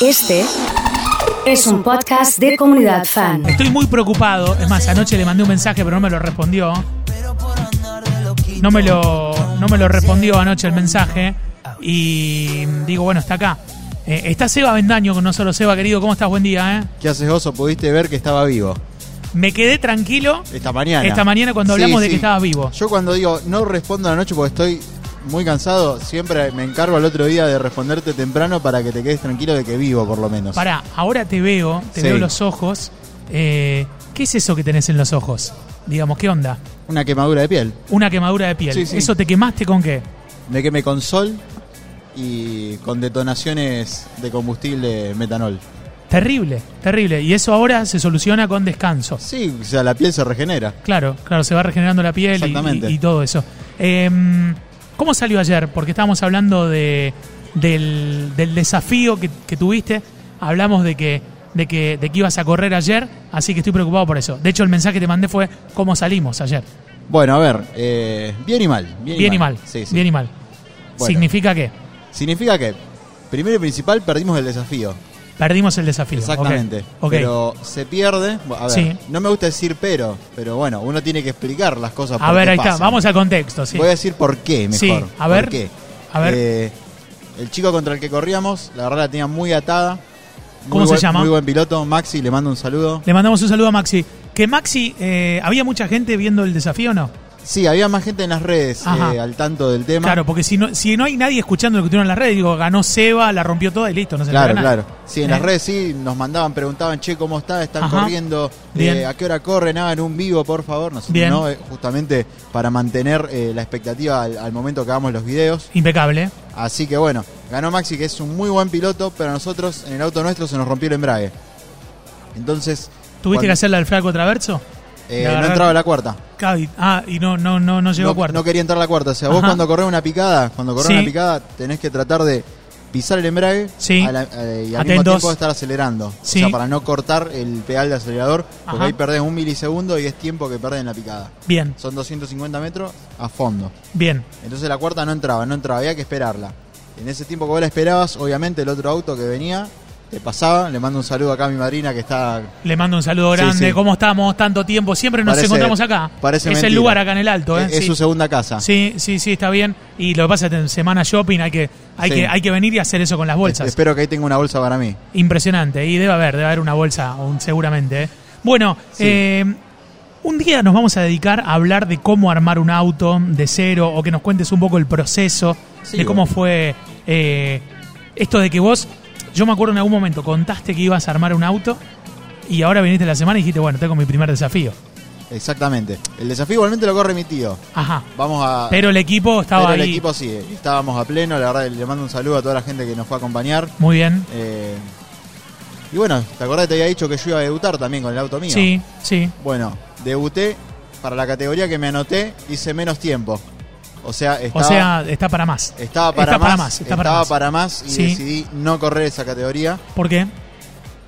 Este es un podcast de comunidad fan. Estoy muy preocupado. Es más, anoche le mandé un mensaje, pero no me lo respondió. No me lo, no me lo respondió anoche el mensaje. Y digo, bueno, está acá. Eh, está Seba Vendaño con nosotros. Seba, querido, ¿cómo estás? Buen día, ¿eh? ¿Qué haces, Oso? Pudiste ver que estaba vivo Me quedé tranquilo esta mañana. esta mañana cuando Sí, hablamos de sí. que estaba vivo. Yo cuando digo no respondo a la noche porque estoy muy cansado, siempre me encargo al otro día de responderte temprano para que te quedes tranquilo de que vivo, por lo menos. Pará, ahora te veo, te Sí. veo los ojos. Eh, ¿Qué es eso que tenés en los ojos? Digamos, ¿qué onda? Una quemadura de piel. Una quemadura de piel. Sí, sí. ¿Eso te quemaste con qué? Me quemé con sol y con detonaciones de combustible metanol. Terrible, terrible. Y eso ahora se soluciona con descanso. Sí, o sea, la piel se regenera. Claro, claro, se va regenerando la piel y- Exactamente. y, y todo eso. Em, ¿Cómo salió ayer? Porque estábamos hablando de, del, del desafío que, que tuviste. Hablamos de que, de, que, de que ibas a correr ayer, así que estoy preocupado por eso. De hecho, el mensaje que te mandé fue cómo salimos ayer. Bueno, a ver, eh, bien y mal. Bien, Bien y mal. Sí, sí. Bien y mal. Bueno. Significa que Significa que, primero y principal, perdimos el desafío. perdimos el desafío. Exactamente. Ok, ok. Pero se pierde. A ver, Sí. no me gusta decir pero, pero bueno, uno tiene que explicar las cosas. a por ver, qué ahí está. pasan. Vamos al contexto. Sí. Voy a decir por qué mejor. Sí, a ver, ¿Por qué? a ver. Eh, el chico contra el que corríamos, la verdad la tenía muy atada. Muy ¿Cómo se buen- llama? Muy buen piloto, Maxi, le mando un saludo. Le mandamos un saludo a Maxi. Que Maxi, eh, ¿había mucha gente viendo el desafío o no? Sí, había más gente en las redes Ajá. eh, al tanto del tema. Claro, porque si no, si no hay nadie escuchando lo que tuvieron en las redes, digo, ganó Seba, la rompió toda y listo, no se Claro, entera claro. nada. Sí, en Eh, las redes sí nos mandaban, preguntaban, che, ¿cómo está? ¿Están Ajá. corriendo? Eh, Bien. ¿A qué hora corren? Hagan un vivo, por favor. Nosotros Bien. no, eh, justamente para mantener eh, la expectativa al, al momento que hagamos los videos. Impecable. ¿eh? Así que bueno, ganó Maxi, que es un muy buen piloto, pero a nosotros, en el auto nuestro, se nos rompió el embrague. Entonces. ¿Tuviste cuando- que hacer la del Franco Traverso? eh, de no agarrar- entraba la cuarta. Claro, y- Ah, y no, no, no, no llegó no, a cuarto. no quería entrar la cuarta. O sea, vos Ajá. cuando corres una picada, cuando corres Sí. una picada, tenés que tratar de pisar el embrague Sí. a la- eh, y al mismo Atentos. tiempo estar acelerando. Sí. O sea, para no cortar el pedal de acelerador, porque Ajá. ahí perdés un milisegundo y es tiempo que perdés en la picada. Bien, Son 250 metros a fondo. bien. Entonces la cuarta no entraba, no entraba, había que esperarla. En ese tiempo que vos la esperabas, obviamente el otro auto que venía te pasaba. Le mando un saludo acá a mi madrina que está Le mando un saludo Sí, grande. sí. ¿Cómo estamos? Tanto tiempo. Siempre nos Parece- encontramos acá. parece es el mentira. E lugar acá en el alto, ¿eh? es, es Sí. su segunda casa. Sí, sí, sí, está bien. Y lo que pasa es que en semana shopping hay que, hay, Sí. que, hay que venir y hacer eso con las bolsas. Espero que ahí tenga una bolsa para mí. Impresionante. Y debe haber, debe haber una bolsa, un- seguramente. ¿eh? Bueno, Sí. eh, un día nos vamos a dedicar a hablar de cómo armar un auto de cero o que nos cuentes un poco el proceso, Sí, de cómo bueno. fue eh, esto de que vos, yo me acuerdo en algún momento, contaste que ibas a armar un auto y ahora viniste la semana y dijiste, bueno, tengo mi primer desafío. Exactamente. El desafío igualmente lo corre mi tío. Ajá. Vamos a. Pero el equipo estaba pero el ahí. equipo sí, estábamos a pleno. La verdad, le mando un saludo a toda la gente que nos fue a acompañar. Muy bien. Eh, y bueno, ¿te acordás que te había dicho que yo iba a debutar también con el auto mío? Sí, sí. Bueno, debuté para la categoría que me anoté, hice menos tiempo. O sea, O estaba, Eh, sea, está para más. estaba para está más. para más, está para estaba más. para más y Sí. decidí no correr esa categoría ¿Por qué?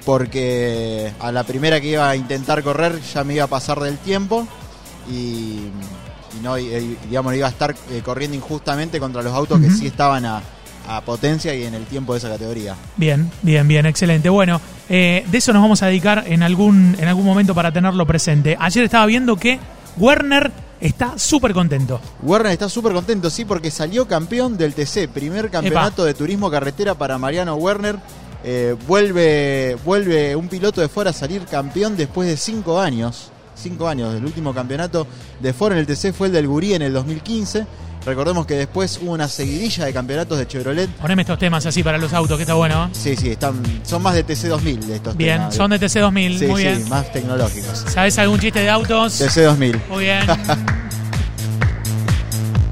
porque a la primera que iba a intentar correr ya me iba a pasar del tiempo y, y no y- y, digamos iba a estar eh, corriendo injustamente contra los autos que Ujú. sí estaban a, a potencia y en el tiempo de esa categoría. Bien, bien, bien, excelente. Bueno, eh, de eso nos vamos a dedicar en algún, en algún momento para tenerlo presente. Ayer estaba viendo que Werner está súper contento. Werner está súper contento, sí, porque salió campeón del TC, primer campeonato de turismo carretera para Mariano Werner. Eh, vuelve, vuelve un piloto de fuera a salir campeón después de cinco años. Cinco años, el último campeonato de Ford en el TC fue el del Gurí en el 2015. Recordemos que después hubo una seguidilla de campeonatos de Chevrolet. Poneme estos temas así para los autos, que está bueno. ¿eh? Sí, sí, están, son más de TC 2000 de estos Bien, temas. son de TC2000, Sí, muy sí, bien. más tecnológicos. ¿Sabes algún chiste de autos? TC 2000. Muy bien.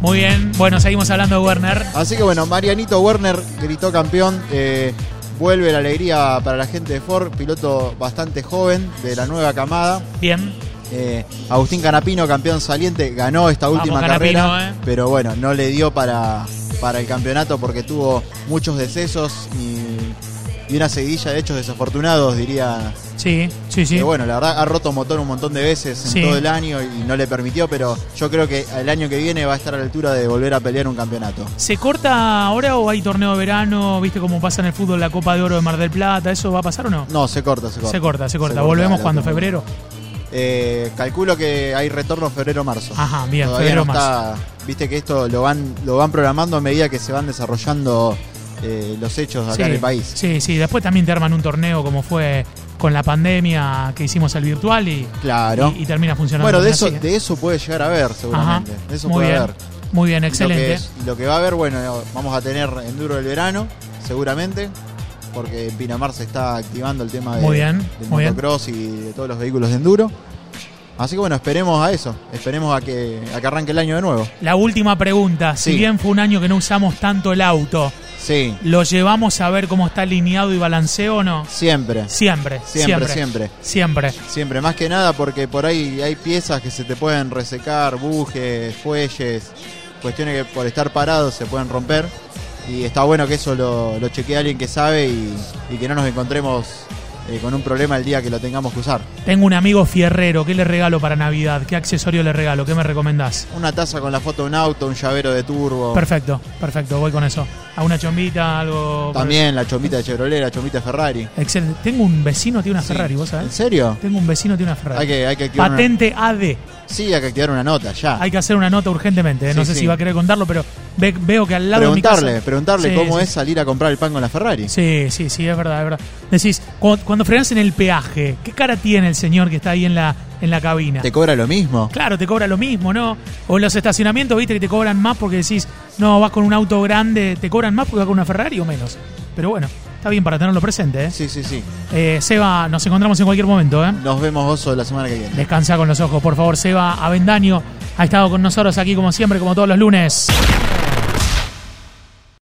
Muy bien. Bueno, seguimos hablando de Werner. Así que bueno, Marianito Werner gritó campeón. eh, vuelve la alegría para la gente de Ford, piloto bastante joven de la nueva camada. Bien. Eh, Agustín Canapino, campeón saliente, ganó esta Vamos, última Canapino, carrera, eh. pero bueno, no le dio para, para el campeonato porque tuvo muchos decesos y, y una seguidilla de hechos desafortunados, diría Sí, sí, sí. Que bueno, la verdad ha roto motor un montón de veces en Sí. todo el año y no le permitió, pero yo creo que el año que viene va a estar a la altura de volver a pelear un campeonato. ¿Se corta ahora o hay torneo de verano? ¿Viste cómo pasa en el fútbol la Copa de Oro de Mar del Plata? ¿Eso va a pasar o no? No, se corta, se corta. Se corta, se corta. Volvemos la cuando última. febrero. Eh, calculo que hay retorno febrero-marzo. Ajá, bien, Todavía no febrero-marzo. está- Viste que esto lo van, lo van programando a medida que se van desarrollando eh, los hechos acá Sí, en el país. Sí, sí. Después también te arman un torneo como fue con la pandemia que hicimos el virtual y, Claro. y- y termina funcionando. bueno, de bien, eso, así que- de eso puede llegar a ver, Ajá. seguramente. De eso Muy puede bien. haber. Muy bien, Y lo que excelente. ¿eh? es- y Lo que, va a haber, bueno, vamos a tener enduro del verano, seguramente, porque en Pinamar se está activando el tema de, Muy bien, del muy bien. motocross y de todos los vehículos de enduro. Así que bueno, esperemos a eso, esperemos a que, a que arranque el año de nuevo. La última pregunta. Si Sí. bien fue un año que no usamos tanto el auto, Sí, ¿lo llevamos a ver cómo está alineado y balanceo o no? siempre, Siempre, siempre, siempre. siempre. Siempre. Siempre, más que nada porque por ahí hay piezas que se te pueden resecar, bujes, fuelles, cuestiones que por estar parados se pueden romper. Y está bueno que eso lo, lo chequee alguien que sabe y, y que no nos encontremos eh, con un problema el día que lo tengamos que usar. Tengo un amigo fierrero. ¿Qué le regalo para Navidad? ¿Qué accesorio le regalo? ¿Qué me recomendás? Una taza con la foto de un auto, un llavero de turbo. Perfecto, perfecto. Voy con eso. A una chombita, algo. por el- También la chomita de Chevrolet, la chomita de Ferrari. Excelente. Tengo un vecino, tiene una Ferrari, ¿vos ¿En sabés? serio? Tengo un vecino, tiene una Ferrari. Hay que, hay que activar una- Patente AD. Sí, hay que activar una nota, ya. Hay que hacer una nota urgentemente. eh. No Sí, sé sí. si va a querer contarlo, pero ve- veo que al lado de mi preguntarle, casa- preguntarle Sí, cómo sí. es salir a comprar el pan con la Ferrari. Sí, sí, sí, es verdad, es verdad. Decís, cuando, cuando frenás en el peaje, ¿qué cara tiene el señor que está ahí en la, en la cabina? ¿Te cobra lo mismo? Claro, te cobra lo mismo, ¿no? O en los estacionamientos, viste, que te cobran más porque decís, no, vas con un auto grande, te cobran más porque vas con una Ferrari o menos. Pero bueno, está bien para tenerlo presente, ¿eh? Sí, sí, sí. Eh, Seba, nos encontramos en cualquier momento, ¿eh? Nos vemos Oso la semana que viene. Descansa con los ojos, por favor, Seba Avendaño. Ha estado con nosotros aquí como siempre, como todos los lunes.